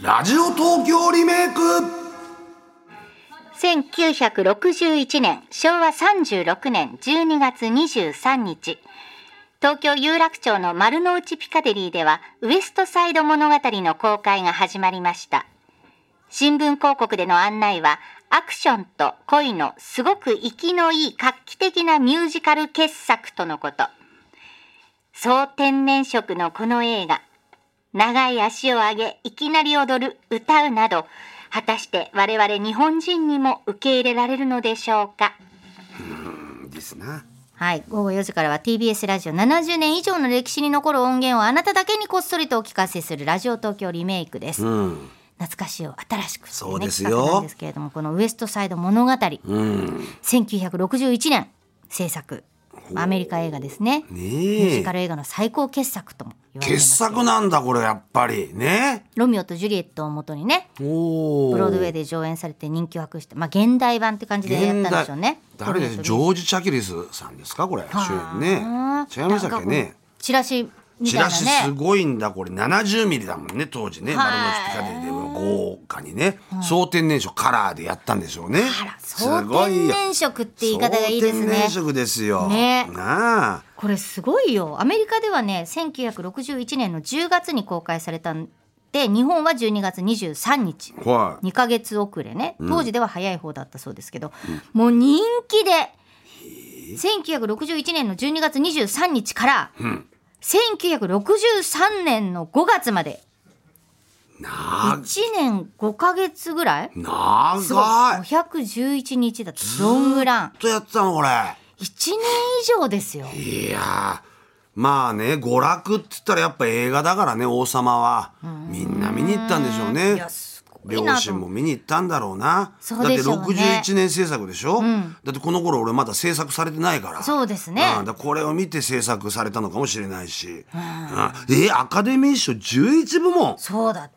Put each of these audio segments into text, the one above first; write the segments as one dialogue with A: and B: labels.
A: ラジオ東京リメイク
B: 1961年昭和36年12月23日東京有楽町の丸の内ピカデリーではウエストサイド物語の公開が始まりました新聞広告での案内はアクションと恋のすごく息のいい画期的なミュージカル傑作とのこと総天然色のこの映画長い足を上げいきなり踊る歌うなど果たして我々日本人にも受け入れられるのでしょうか
A: ですな
C: はい、午後4時からは TBS ラジオ70年以上の歴史に残る音源をあなただけにこっそりとお聞かせするラジオ東京リメイクです。
A: うん
C: 懐かしいを新しくってい
A: そうですよ
C: 企画なんですけれどもこの「ウエスト・サイド物語」
A: うん
C: 1961年制作まあアメリカ映画ですねミュー
A: ね
C: ジ
A: え
C: カル映画の最高傑作とも言われてま
A: 傑
C: す
A: 作なんだこれやっぱりね
C: ロミオとジュリエットをもとにね
A: おお
C: ブロードウェイで上演されて人気を博して、まあ、現代版って感じでやったんでしょうね
A: 誰で
C: ロミオとジュリエ
A: すジョ
C: ット
A: ージ・チャキリスさんですかこれ主演ね
C: あー
A: 違いましたっけ
C: なんか
A: ね
C: こうチラシみ
A: チ
C: た
A: ラ
C: いなね
A: シすごいんだこれ70ミリだもんね当時ね丸の内ピカデリで豪華にね総天然色カラーでやったんでしょうね
C: あら
A: す
C: 総
A: ごい
C: 天
A: よ
C: 然色って言い方がいいで
A: 総
C: す
A: 天
C: ね
A: 然色ですよ
C: ね
A: なあ
C: これすごいよアメリカではね1961年の10月に公開されたんで日本は12月23日
A: は
C: 2ヶ月遅れね当時では早い方だったそうですけど、もう人気で1961年の12月23日から、1963年の5月まで
A: いな
C: 1年5ヶ月ぐらいすごい
A: 長いず
C: 511日だってロングラン
A: っとやってたのこれ
C: 1年以上ですよ
A: いやーまあね娯楽って言ったらやっぱ映画だからね王様はみんな見に行ったんでしょうね
C: いやすごい
A: 両
C: なと
A: 親も見に行ったんだろうな
C: そうでしょうね
A: だって61年制作でしょ、だってこの頃俺まだ制作されてないから
C: そうですね
A: うんだからこれを見て制作されたのかもしれないし、うんえアカデミー賞11部門
C: そうだって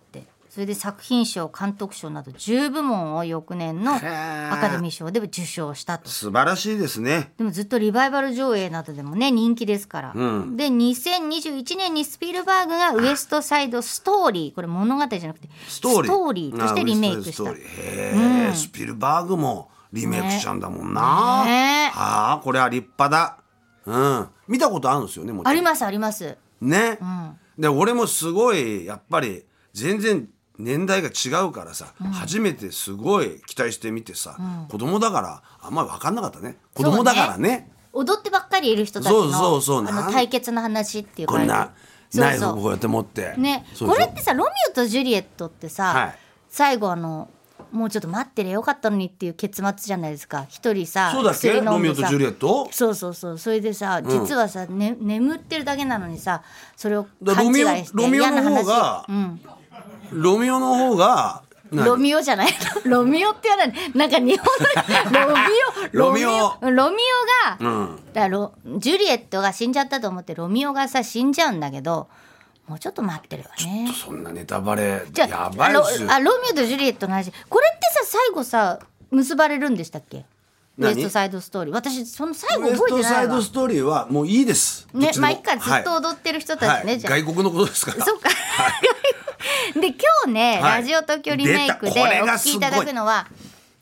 C: それで作品賞監督賞など10部門を翌年のア
A: ー
C: カデミー賞で受賞したと
A: 素晴らしいですね
C: でもずっとリバイバル上映などでもね人気ですから、で2021年にスピルバーグが「ウエスト・サイド・ストーリー」これ物語じゃなくて
A: ストーリー
C: としてリメイクし
A: あ
C: た
A: ウエストサイドストーリーへえ、スピルバーグもリメイクしちゃうんだもんな、
C: ね
A: ああこれは立派だうん見たことあるんですよねもちろ
C: あ
A: ん
C: りますあります
A: ね、で俺もすごいやっぱり全然年代が違うからさ、初めてすごい期待してみてさ、子供だからあんまり分かんなかったね子供だからね
C: 踊ってばっかりいる人たち
A: そうそうそう
C: のあ
A: なん
C: の対決の話っていう
A: こ
C: か
A: んなナイフ
C: そう
A: を
C: そう
A: こうやって持って
C: ね、
A: そう
C: こ
A: でし
C: れ
A: ょ
C: ってさロミオとジュリエットってさ、
A: はい
C: 最後あのもうちょっと待ってりゃよかったのにっていう結末じゃないですか一人さ
A: そうだっけ
C: 薬飲んでさ
A: ロミオとジュリエット
C: そうそうそうそれでさ実はさ、ね、眠ってるだけなのにさそれを
A: だ
C: 勘違いして
A: ロミオ
C: 嫌な
A: ロミオの方
C: 話
A: が
C: うん、
A: ロミオの方が何
C: ロミオじゃない ロミオって言わないなんか日本のロミ オ
A: ロ
C: ロミオロミオが、
A: うん
C: だからロジュリエットが死んじゃったと思ってロミオがさ死んじゃうんだけどもうちょっと待ってるわね
A: そんなネタバレ
C: じゃあ
A: やばいっすよ
C: あロあロミオとジュリエットの話これってさ最後さ結ばれるんでしたっけウ
A: 何
C: エストサイドストーリー私その最
A: ウ
C: 後
A: エス
C: 覚え
A: ト
C: てな
A: サ
C: い
A: イ
C: わ
A: ドストーリーはもういいですど
C: ね
A: っちでも
C: まあ一回ずっと踊ってる人たちね、
A: はい
C: じゃあ
A: 外国のことですから
C: そっか、 で今日ね、
A: はい
C: ラジオ東京リメイクでお
A: 出たこれが
C: 聞
A: す
C: き
A: ごい
C: いただくのは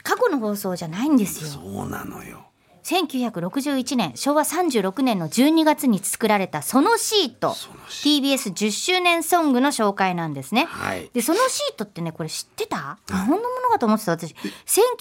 C: 過去の放送じゃないんですよ
A: そうなのよ
C: 1961年昭和36年の12月に作られたそのシート
A: の
C: TBS10 周年ソングの紹介なんですね、
A: はい
C: でそのシートってねこれ知ってた日本のものかと思ってた私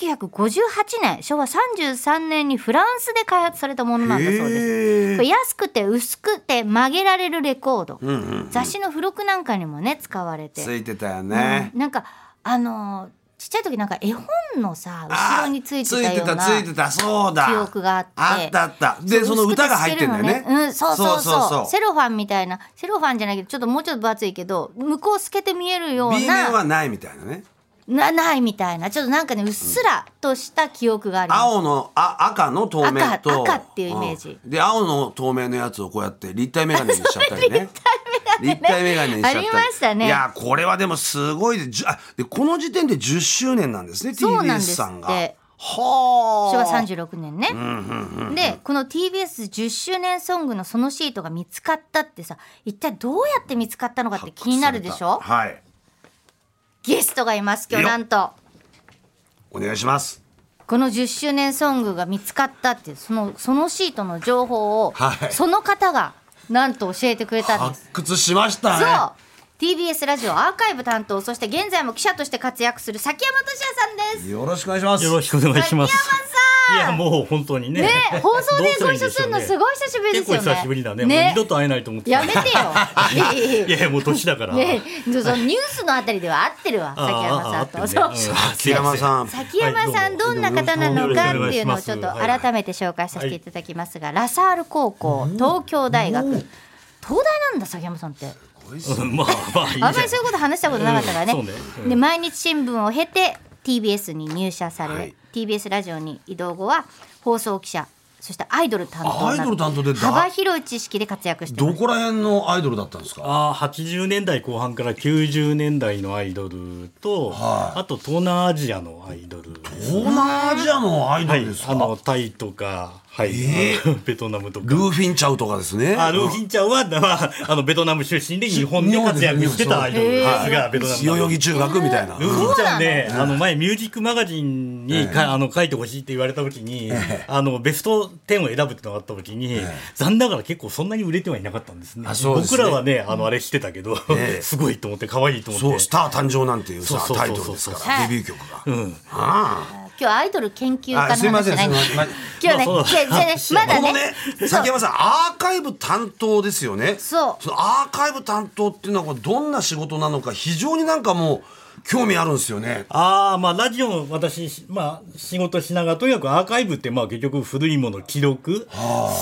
C: 1958年昭和33年にフランスで開発されたものなんだそうです
A: へえ
C: これ安くて薄くて曲げられるレコード、雑誌の付録なんかにもね使われて
A: ついてたよね、
C: なんかあのーちっちゃい時なんか絵本のさ
A: あー
C: 後ろについてたような
A: ついてたついてたそうだ
C: 記憶があって
A: あったあったで
C: う
A: その
C: 薄く
A: 歌が入ってんだよね
C: 透けるのうん、そうそう
A: そう
C: そう
A: そうそう
C: セロファンみたいなセロファンじゃないけどちょっともうちょっと分厚いけど向こう透けて見えるよう
A: B 面
C: な
A: はないみたいなね
C: なないみたいなちょっとなんかねうっすらとした記憶があります、
A: 青のあ赤の透明と
C: 赤赤っていうイメージ
A: んで青の透明のやつをこうやって立体メガネにしちゃったり ね立体メガネにしちゃったり
C: ありましたね
A: いやこれはでもすごいでじゅあでこの時点で10周年なんですね
C: そうな
A: TBS
C: んですって
A: さんがはあ
C: 昭和36年ね、でこの TBS10 周年ソングのそのシートが見つかったってさ一体どうやって見つかったのかって気になるでしょ
A: はい
C: ゲストがいます今日
A: よ
C: なんと
A: お願いします
C: この10周年ソングが見つかったっていうそのそのシートの情報を、
A: はい
C: その方がなんと教えてくれたんです
A: 発掘しました
C: そ
A: ね
C: う TBS ラジオアーカイブ担当そして現在も記者として活躍する崎山俊也さんです
A: よろしくお願いします
D: よろしくお願いします。いやもう本当にね。
C: ね放送で
D: ど
C: ご
D: う
C: 一緒する
D: ら
C: の
D: いいんでしょうね
C: すごい久しぶりですよね
D: 結構久しぶりだね。もう二度と会えないと思ってた。
C: やめてよいやいやい
D: い
C: や
D: やいやもう年だから。
C: ねえそのニュースのあたりでは合ってるわ
D: あー
C: 崎山さんと、
D: あー
C: そ
D: 合
C: う
D: ってるねうん
A: 木山さん
C: 崎山さん
D: はいど
C: ど
D: うも
C: んな方なのかっていうのをちょっと
D: よろしくお願いします
C: 改めて紹介させていただきますが、ラサール高校東京大学東大なんだ崎山さんって
D: うんまあまあいいじゃ
C: あ
D: ん
C: んまりそういうこと話したことなかったからね,、
D: うんそうねうん
C: で毎日新聞を経て TBS に入社され、
A: はい
C: TBS ラジオに移動後は放送記者そしてアイドル担当など
A: あアイドル担当でだ
C: 幅広い知識で活躍してま
A: ど
C: す
A: こら辺のアイドルだったんですか
D: あー80年代後半から90年代のアイドルと、
A: はい
D: あと東南アジアのアイドルです
A: 東南アジアのアイド
D: はい
A: ルですか、
D: あのタイとか、はい
A: え
D: ベトナムとか
A: ルーフィンチャウとかですね
D: あルーヒンちゃんは、まあ、あのベトナム出身で日本で活躍してたアイドルですがベトナム
A: 塩代々木中学みたいな、
D: ルーヒンちゃんね、あの前ミュージックマガジンにか、あの書いてほしいって言われた時に、あのベスト10を選ぶってのがあった時に、残念ながら結構そんなに売れてはいなかったんですね。
A: あそうですね
D: 僕らはね、あのあれしてたけど、
A: ええ
D: すごいと思って可愛いと思って。
A: そうスター誕生なんていうさ
D: そうそう
A: タ
D: そう
A: イ
D: そう
A: トルですか
C: は
A: ら
C: い
A: デビュー曲が、
D: うん
A: あ
C: 今日アイドル研究家の
A: ああ
C: 話
A: す
C: じ
A: い
C: ゃ
A: ません
C: ない
A: す
C: ん
A: い
C: で
A: ますせんま
C: 今日ね、
D: まあそう
C: 全然ねまだ
A: この
C: ね
A: ね崎山さんアーカイブ担当ですよね
C: そう
A: のアーカイブ担当っていうのはこれどんな仕事なのか非常になんかもう興味あるんですよね
D: ああ、まあ、ラジオの私、まあ、仕事しながら、とにかくアーカイブって、まあ、結局、古いもの、記録、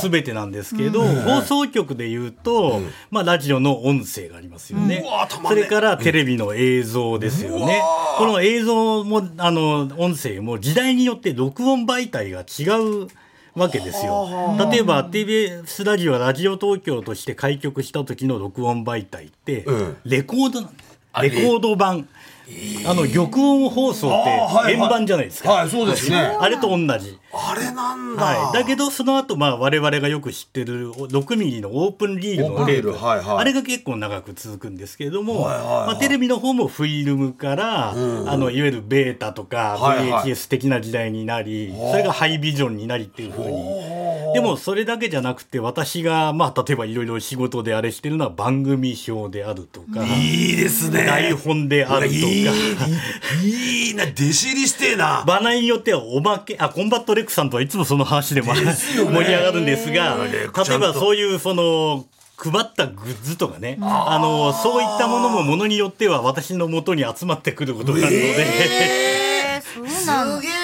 D: すべてなんですけど、放送局で言うと、まあ、ラジオの音声がありますよね
A: うんうわーた。まん
D: そ
A: ね
D: れから、テレビの映像ですよね。この映像も、あの、音声も、時代によって録音媒体が違う。わけですよ例えば TBS ラジオはラジオ東京として開局した時の録音媒体って
A: うん
D: レコードなんですレコード版あの玉音放送って円盤じゃないですか、
A: はいそうですね
D: あれと同じ、
A: あれなんだ、
D: はい、だけどその後まあ我々がよく知ってる6ミリのオープンリール
A: オープ
D: の
A: ンリー
D: テー
A: ル
D: プ、
A: はいはい
D: あれが結構長く続くんですけれども、
A: はいはいはい
D: まあ、テレビの方もフィルムから、あのいわゆるベータとか
A: はいはい
D: VHS 的な時代になり、それがハイビジョンになりっていうふうにでもそれだけじゃなくて私がまあ例えばいろいろ仕事であれしてるのは番組表であるとか。
A: いいですね
D: 台本であるとか
A: いいいいな弟子入りしてえな
D: 場内によってはおまけあコンバットレックさんとはいつもその話でも
A: ですよね
D: 盛り上がるんですが
A: レ
D: 例
A: ックちゃ
D: え
A: んと
D: ばそういうその配ったグッズとかねあのそういったものもものによっては私の元に集まってくることがあるの で、
C: えーそうなんだ
A: すげ
C: だ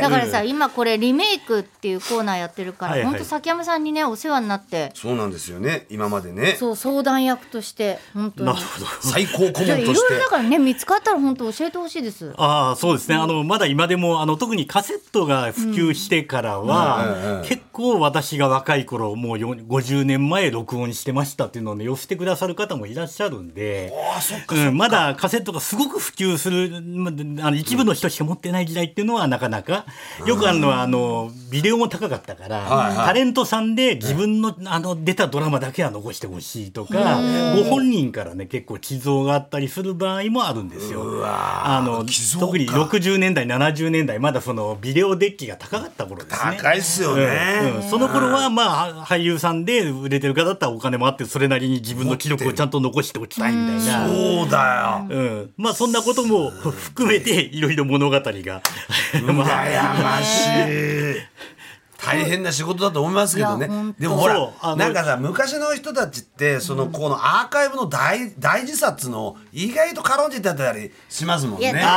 A: え
C: からさ、今これリメイクっていうコーナーやってるから、
D: はいはい
C: 本当崎山さんにねお世話になって、
A: そうなんですよね今までね
C: そう相談役として本当に。
D: なるほど。
A: 最高顧問と
C: いやいろ
A: し
C: い
A: て
C: ろだからね見つかったら本当教えてほしいです。
D: ああそうですね、あのまだ今でもあの特にカセットが普及してからは、
A: うん
D: 結構私が若い頃もうよ50年前録音してましたっていうのを、ね、寄せてくださる方もいらっしゃるんで。
A: ああそっか
D: うん、まだカセットがすごく普及するまあの一部の人しか持ってない時代っていうのはなかなかよくあるのはあのビデオも高かったから、
A: はいはい
D: タレントさんで自分のあの出たドラマだけは残してほしいとかご本人からね結構寄贈があったりする場合もあるんですよ。あの
A: 寄贈か
D: 特に60年代70年代まだそのビデオデッキが高かった頃ですね。
A: 高いっすよね、
D: うんその頃はまあ俳優さんで売れてる方だったらお金もあってそれなりに自分の記録をちゃんと残しておきたいみたいな。
A: そうだよ
D: うん、まあそんなことも含めていろいろ物語が まあ
A: 羨ま しい大変な仕事だと思いますけど
C: いや本
A: ね
C: 当
A: でもほ
D: そうあ
A: ら
D: の
A: なんかさ昔の人たちってそのこのアーカイブの大大事さっつうのを意外と軽んじてたりしますもん
C: いや
A: ね
C: だってさ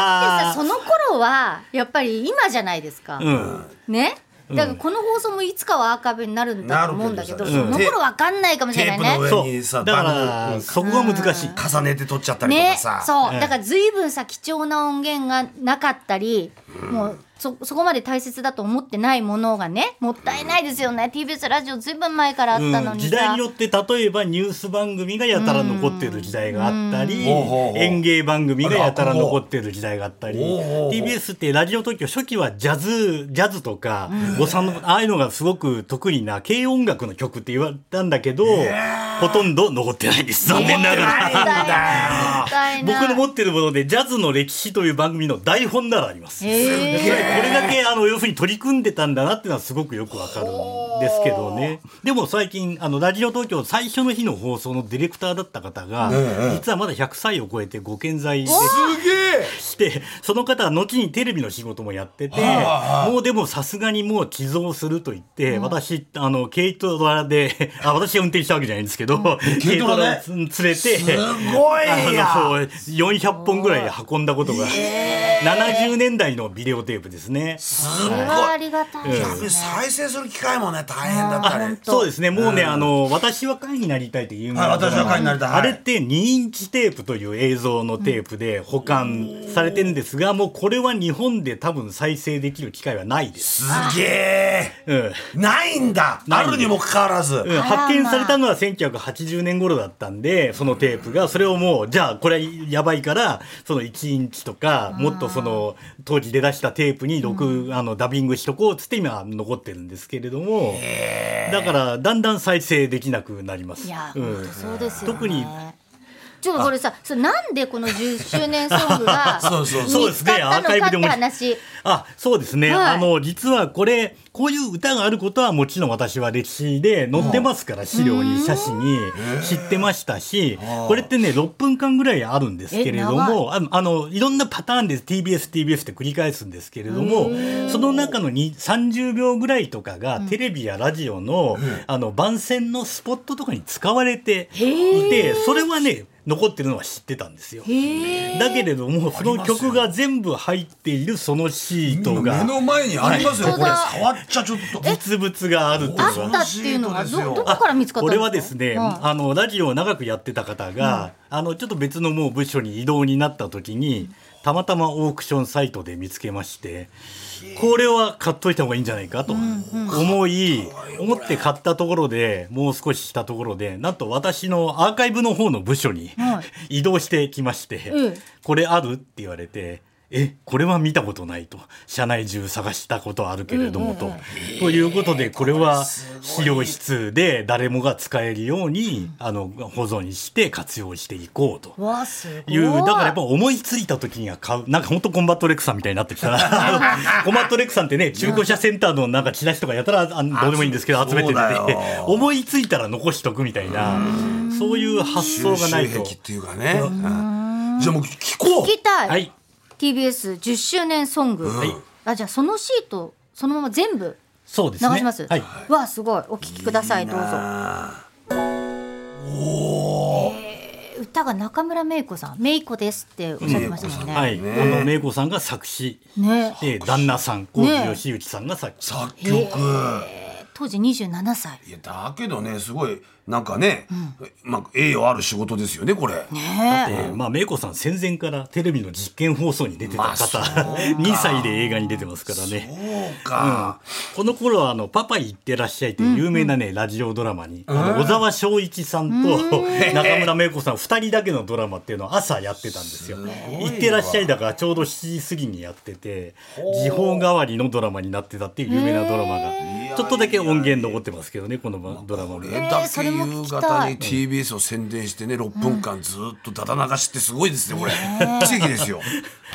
D: あー
C: その頃はやっぱり今じゃないですか。
D: うん
C: ね。だからこの放送もいつかはアーカイブになるんだと思うんだけど、
A: なる
C: そ
A: けど
C: の
A: さ
C: 頃わかんないかもしれない
A: テープの。
C: ね
A: 上
D: そ
A: にさ
D: うだか
A: バグ
D: らそこが難しい
A: 重ねて撮っちゃったりと
C: ね
A: か、さ、
C: そう、
D: うん
C: だから随分さ貴重な音源がなかったり、もうそそこまで大切だと思ってないものがねもったいないですよね TBS ラジオ随分前からあっ
D: う
C: たの
D: ん、
C: に
D: 時
C: さ、
D: 代によって例えばニュース番組がやたら残ってる時代があった
A: う
D: り
A: んうんほうほうほう
D: 演芸番組がやたら残ってる時代があったり
A: ほうほうほう
D: TBS ってラジオ東京初期はジャズジャズとか、ボサノああいうのがすごく得意な軽音楽の曲って言われたんだけど、ほとんど残ってないです残念ながら
C: だよ
D: 僕の持ってるもので「ジャズの歴史」という番組の台本ならあります。でそれ
C: え
D: これだけあの要するに取り組んでたんだなっていうのはすごくよくわかるんですけどねでも最近あのラジオ東京最初の日の放送のディレクターだった方が、実はまだ100歳を超えてご健在でしてその方は後にテレビの仕事もやっててもうでもさすがにもう寄贈すると言って、私あの軽トラであ私が運転したわけじゃないんですけど、軽トラをつ連れてす
A: ごいや
D: 400本ぐらい運んだことが。70年代のビデオテープですね。
A: す
C: そ
A: ごい
C: れはありがたいです
A: 逆に再生する機会もね大変だったり
D: そうですね、もうね、あの、私は会になりたいって有名
A: は
D: な
A: い私は会になりたいはい
D: あれって2インチテープという映像のテープで保管されてるんですが、もうこれは日本で多分再生できる機会はないです。
A: すげえ
D: うん。
A: ないんだあるにもかかわらず
D: うん発見されたのは1980年頃だったんでそのテープがそれをもうじゃあこれはやばいからその1インチとかもっとその当時出だしたテープに録、あのダビングしとこうっつって今残ってるんですけれどもだからだんだん再生できなくなります。
C: いや、
D: うん
C: 本当そうですよね。
D: 特に
C: ちょっとこれさ、それなんでこの10周年ソング が
A: そうそう
D: そう
C: 見つかったのかって話。
D: あそうですね、
C: はい
D: あの実はこれこういう歌があることはもちろん私は歴史で載ってますから、資料に写真に知ってましたし、これってね6分間ぐらいあるんですけれどもあのあのいろんなパターンで TBSTBS って繰り返すんですけれどもその中のに30秒ぐらいとかがテレビやラジオの,、あの番宣のスポットとかに使われていてそれはね残ってるのは知ってたんですよ。
C: へえ。
D: だけれども、その曲が全部入っているそのシート
A: 目
D: が、
A: の前にありますよ
C: 本
A: こ
C: 当
A: れ
C: だ
A: 触っちゃちょっと
D: 実物があるという
C: あ
D: の
C: っ
D: が。
C: たっていうのはど
A: あ
C: どこから見つかったんですか。
D: これはですね、
C: うん
D: あのラジオを長くやってた方が、あのちょっと別のもう部署に異動になった時にたまたまオークションサイトで見つけましてこれは買っといた方がいいんじゃないかと思い、思って買ったところでもう少ししたところでなんと私のアーカイブの方の部署に、
C: は
D: 移動してきまして、
C: うん
D: これあるって言われて。えこれは見たことないと社内中探したことあるけれどもと。ということでこれは資料室で誰もが使えるようにあの保存して活用していこうと。
C: わあすごい。
D: いうだからやっぱ思いついた時には買うなんか本当コンバットレックさんみたいになってきたなあ のコンバットレックさんってね中古車センターのなんかチラシとかやたらあのどうでもいいんですけど集めてて
A: そうだよ
D: 思いついたら残しとくみたいなそういう発想がない
A: 収集
D: と
A: 癖っていうかねうんじゃあもう聞こう
C: 聞きたい。
D: はい
C: TBS10 周年ソング。
A: はい
C: あじゃあそのシートそのまま全部
D: そう
C: 流
D: ですね
C: します。
D: はい
C: わあすごい。お聞きくださいどうぞ。
A: あ
C: 歌が中村芽衣子さん、芽衣子ですっておっしゃってましたもんね。
D: はい、
A: ね
D: あの名子さんが作詞、
C: ね
D: で旦那さん
C: ね
D: 高知義行さんが作
A: ー
D: 詞、
A: 作曲
C: 当時27歳。
A: いやだけどねすごいなんかねまあ栄誉ある仕事ですよねこれ
C: ね
D: えーまあ名子さん戦前からテレビの実験放送に出てた
A: まあそ
D: 方、
A: うか
D: 2歳で映画に出てますから
A: そ
D: ね。
A: う
D: うん
A: か
D: この頃はあの「パパ行ってらっしゃい」という有名なね、ラジオドラマに、あの小沢昭一さんと中村芽子さん2人だけのドラマっていうのを朝やってたんですよ。
A: ごいわ
D: 行ってらっしゃいだからちょうど7時過ぎにやってて時報代わりのドラマになってたっていう有名なドラマ
A: へー
D: がちょっとだけ音源残ってますけどねこのドラマも
A: こ。れだけ
C: それ
A: 夕
C: も聞きたい
A: 方に TBS を宣伝してね6分間ずっとだだ流しってすごいですねこれ奇跡ですよ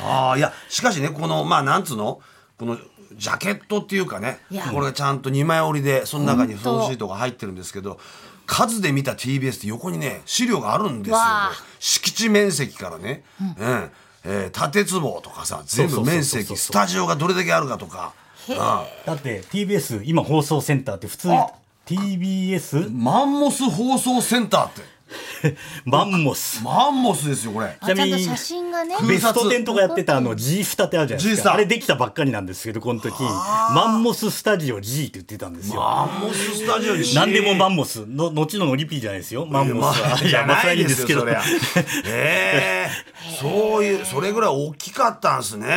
A: ああいやしかしねこのまあなんつうのこのジャケットっていうかね
C: いや
A: これがちゃんと2枚折りでその中にそ
C: 本当
A: のシートが入ってるんですけど数で見た TBS って横にね資料があるんですよ
C: わあ
A: これ敷地面積からね、うんえー、縦壺とかさ全部面
D: そうそうそうそう
A: 積スタジオがどれだけあるかとか。ああ
D: だって TBS 今放送センターって普通に
A: あ
D: TBS
A: マンモス放送センターって
D: マンモス
A: マンモスですよこれ。
C: あちゃんと写真がね。
D: ベスト10とかやってたあの G スタってあるじゃないで
A: G
D: す
A: スタ
D: かあれできたばっかりなんですけどこの時マンモススタジオ G って言ってたんですよ
A: マンモススタジオに
D: 何でもマ
A: ン
D: ンモスの後のノリピーじゃないですよマンモス
A: モ
D: は
A: スじゃ
D: まあ
A: ないで
D: んですすけ
A: よ
D: ど
A: そりゃええそういうそれぐらい大きかったんですね、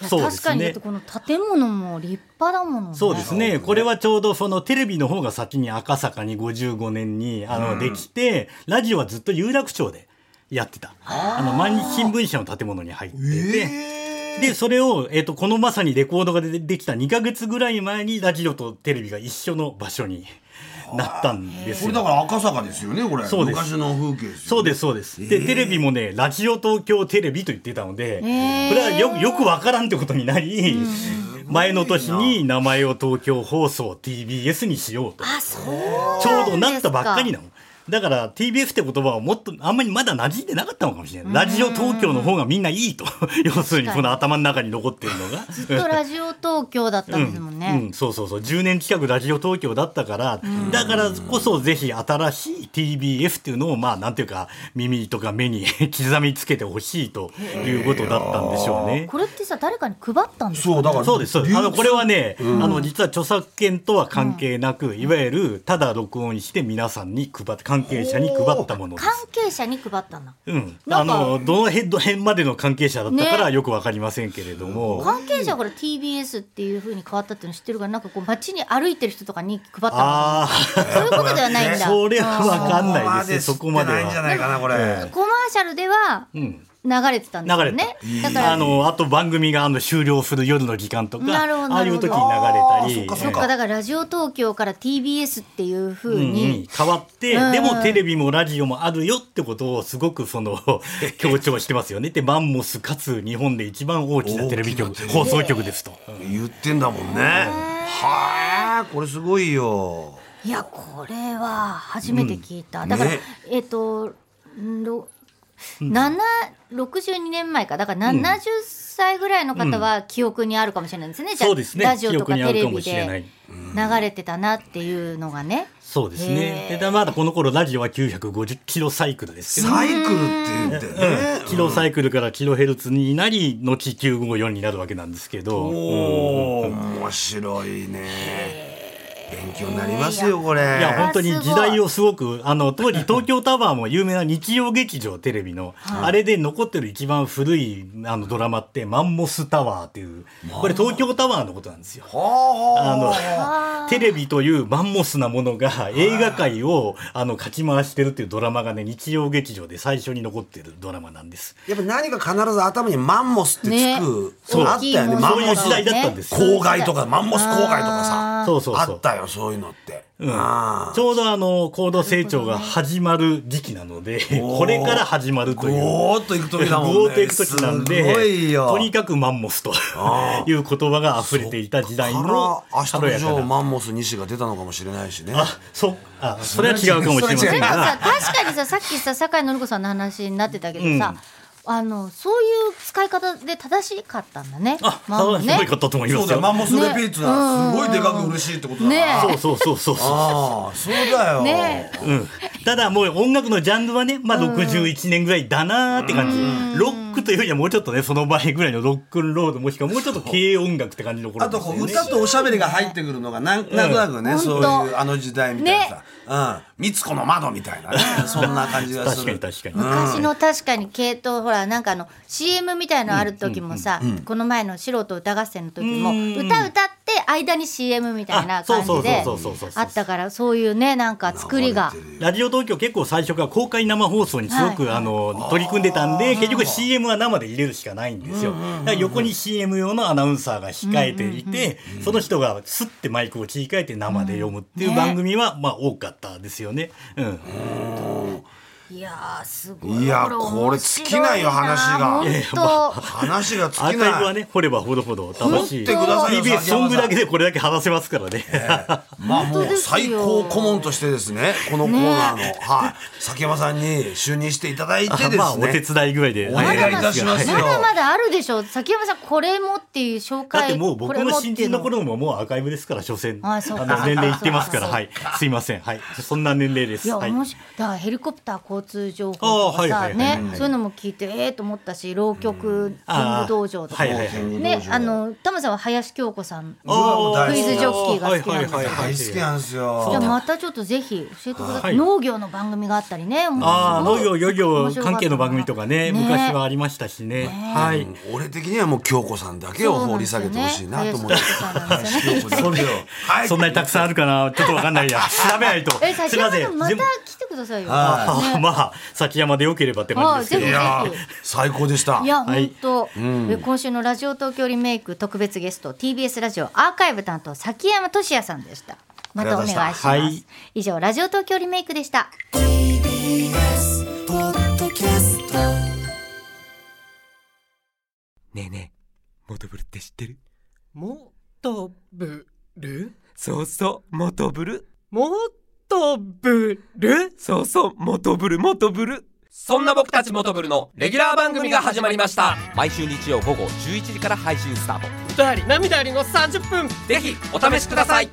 C: いや
D: そうで
C: 確か
D: す
C: にだっ
D: ね
C: てこの建物も立派だものね。
D: そうですね。これはちょうどそのテレビの方が先に赤坂に55年にあのできて、ラジオはずっと有楽町でやってた。あの毎日新聞社の建物に入ってて。で、それを、えっ、と、このまさにレコードが出てできた2ヶ月ぐらい前に、ラジオとテレビが一緒の場所になったんです
A: こ
D: よ
A: れだから赤坂ですよねこれ
D: そうです
A: 昔の風景ですよ、ね、
D: そうですそうです、
A: え
D: で
A: ー
D: テレビもねラジオ東京テレビと言ってたので、
C: へー
D: これはよよくわからんってことになり、前の年に名前を東京放送 TBS にしようと
C: あそう
D: ちょうどなったばっかりなのだから TBS って言葉はもっとあんまりまだ馴染んでなかったのかもしれないラジオ東京の方がみんないいと要するにその頭の中に残ってるのが。
C: ずっとラジオ東京だったんですもんね、
D: うん、そうそうそう10年近くラジオ東京だったから、だからこそぜひ新しい TBS っていうのをまあなんていうか耳とか目に 刻みつけてほしいということだったんでしょうね。
C: これってさ誰かに配ったんですか
A: そうだから
D: そうですそうですあの
A: 流通
D: これはね、あの実は著作権とは関係なく、いわゆるただ録音して皆さんに配って関係者に配ったものです
C: 関。係者に配ったんだ
D: うん、
C: な
D: あ
C: んか
D: のどの辺どの辺までの関係者だったから
C: ね
D: よくわかりませんけれども、
C: 関係者はこれ TBS っていう風に変わったっていうの知ってるからなんかこう街に歩いてる人とかに配ったのかな
D: あ
C: そういうことではないん
D: あ
C: だ
D: それはわかんないですね
A: そ
D: そ
A: こ
D: こ
A: ま
D: ま
A: で知って
D: で
A: ないんじゃ
D: は。
A: ないかなこれ、
C: コマーシャルでは
D: うん
C: 流れてたんですよね
D: 流れ
C: だ
D: て
C: から
D: あのあと番組があの終了する夜の時間とか
C: なるほど
D: ああいう時に流れたり
A: なるほどあーそっか
C: そっかだからラジオ東京から TBS っていう風
D: うんうん
C: に、
D: 変わって、
C: うん
D: でもテレビもラジオもあるよってことをすごく その強調してますよねでマンモスかつ日本で一番大きなテレビ局
A: 大きなテレビ
D: 放送局ですと。
A: 言ってんだもんねはあこれすごいよ
C: いやこれは初めて聞いた、だから、
A: ね
C: えっ、とんろ7 62年前かだから70歳ぐらいの方は記憶にあるかもしれないですね、じゃあ
D: そうですね
C: ラジオとか
D: 記憶にあ
C: テ
D: る
C: レ
D: か
C: ビ
D: もしれない
C: で流れてたなっていうのがね、
D: そうです
C: へ
D: ね。
C: ー
D: で、まだこの頃ラジオは950キロサイクルですけど
A: サイクルって言ってね
D: キロサイクルからキロヘルツになり、後954になるわけなんですけど、
A: おお面白いね勉強になりますよこれ
D: いや本当に
C: あーすごい
D: 時代をすごくあの当時東京タワーも有名な日曜劇場テレビの、あれで残ってる一番古いあのドラマって「マンモスタワー」っていうこれ東京タワーのことなんですよ。あのテレビというマンモスなものが映画界をあのかき回してるっていうドラマがね日曜劇場で最初に残ってるドラマなんです。
A: やっぱ何か必ず頭にマンモスってつく、
C: そう
A: あったよね
C: 大きいもの
A: マ
D: そ
A: ン
D: うい
A: モ
D: う
A: ス
D: 時代だったんですよ。
A: 郊外とかマンモス郊外とかさ
D: そうそうそ
A: あっ
D: う。
A: たよそういうのって、
D: うん
A: あ
D: ちょうどあの高度成長が始まる時期なの
A: お
D: で、
A: ー
D: これから始まる
A: ー
D: という。
A: ゴーっと行く時だもんね
D: ゴーっと行く時なん
A: すごい
D: で、
A: よ
D: とにかくマンモスと
A: あ
D: いう言葉が溢れていた時代の
A: から
D: 軽
A: 明
D: や
A: 日
D: か
A: の上
D: な。
A: マンモス西が出たのかもしれないしね
D: あ、そ、あ、それは違うかもしれ
A: そ
D: ませ
A: れ
D: ん
A: は
C: なんか
D: が
C: さ、確かにささっきさ酒井紀子さんの話になってたけどさ、あのそういう使い方で正しかったんだね。
D: あ、
C: まあ
D: そうす
C: ね
D: ごいことだと思いま
A: そう
D: す
A: だよマ
D: よ。
A: ンモスレピーツはすごいでかく嬉しいってことだから、
C: ね
D: そうそうそうそうそう。
A: ああそうだよ、
C: ね
D: うん、ただもう音楽のジャンルはね、まあ、61年ぐらいだなーって感じ、ロックというよりはもうちょっとねその前ぐらいのロックンロードもしくはもうちょっと軽音楽って感じの頃
A: あとこう
D: ですよね
A: 歌とおしゃべりが入ってくるのがなんなんとなくね、
C: うん
A: そう
C: ほん
A: いう
C: と
A: あの時代みたいなさ「うん、三つ子の窓」みたいなねそんな感じがす
D: 確か
A: る
D: に確かに、
C: 昔の確かに系統ほらなんかあの CM みたいのある時もさ、この前の「素人歌合戦」の時も歌歌って間に CM みたいな
D: あそ
C: 感
D: うそ
C: じ
D: うそう
C: で
D: そうそうそ
C: あ
D: う
C: ったからそういうねなんか作りが
A: 流れてるよ
D: ラジオ東京結構最初から公開生放送にすごく、
C: はい
D: あの取り組んでたんで結局 CM は生で入れるしかないんですよ、だから横に CM 用のアナウンサーが控えていて、その人がスッてマイクを切り替えて生で読むってい
C: うん
D: う
C: ね
D: 番組は、まあ多かったですよね、うん、
C: いやーすごい
A: いやー
C: 面白
A: これ尽きないよ話が
C: 本
A: い
D: やいや
C: 当
A: 話が尽
D: ア
A: き
D: ーカイブ
A: な、
D: はいね掘れば掘るほど楽しい
A: 掘ってくださいよ
D: TBS ソングだけでこれだけ話せますからね、
A: まあも
C: 本当
A: う
C: ですよ
A: 最高顧問としてですねこのコーナーの、はい崎山さんに就任していただいてですね、
D: まあお手伝いぐらいで
A: お願いいたしますよ
C: まだまだあるでしょ崎山さんこれもっていう紹介
D: だってもう僕
C: これ
D: の
C: もってい
D: 新
C: う
D: 人の頃ももうアーカイブですから所詮
C: あそうか
D: の年齢いってますから
C: そうか
D: はいすいませんはいそんな年齢です
C: いや、
D: はい
C: 面白いだからヘリコプター交通情報とかさ、
D: あーはいはいはい
C: ね、
D: はい
C: そういうのも聞いてええと思ったし浪曲天
D: あ
C: 狗
D: ー
C: 道場とか、
D: はいはいはい
C: ねあのタマさんは林京子さん
A: あー
C: クイズジョッキーが好きなんですよ
D: はいはいはい
A: 大好きなんですよ
C: じゃあまたちょっとぜひ教えてください、
D: はい
C: 農業の番組があったりね面白い
D: ああ農業漁業
C: 面白かったな
D: 関係の番組とかね昔はありましたしねはい
A: 俺的にはもう京子さんだけを掘り下げてほしいなと思っ
C: そう
A: て
C: なんですよね林京子さんなんですよね
D: それそんなにたくさんあるかなちょっとわかんないや調べないと
C: え
D: す
C: 崎
D: いま
C: 山さん
D: せん
C: また
D: 全部
C: 来てくださいよ
A: は
D: あーまあ崎山でよければって感じですけ
A: い
D: ど
C: あ
A: やー最高でした
C: いや、
D: はい
C: 本当、え今週のラジオ東京リメイク特別ゲスト TBS ラジオアーカイブ担当崎山俊也さんでした。またお願いします、
D: ありがとうございましたはい
C: 以上ラジオ東京リメイクでした
E: TBS ポッドキャスト
F: ねえねえ、モトブルって知ってる
G: もっとぶる
F: そうそう、モトブル。
G: もっとぶる
F: そうそう、モトブル、モトブル。そんな僕たちモトブルのレギュラー番組が始まりました。毎週日曜午後11時から配信スタート。
G: 歌あり涙ありの30分
F: ぜひ、お試しください。